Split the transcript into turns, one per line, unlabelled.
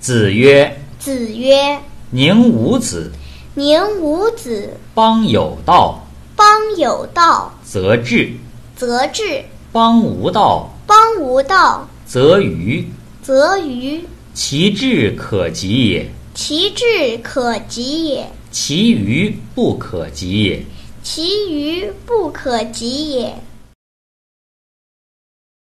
子曰
子曰：“
宁无子，：“
宁无子，
邦有道，
邦有道，
则治；
则治；
邦无道，
邦无道，
则愚。
则愚。
其志可及也，
其志可及也，
其愚不可及也。”
其愚不可及也。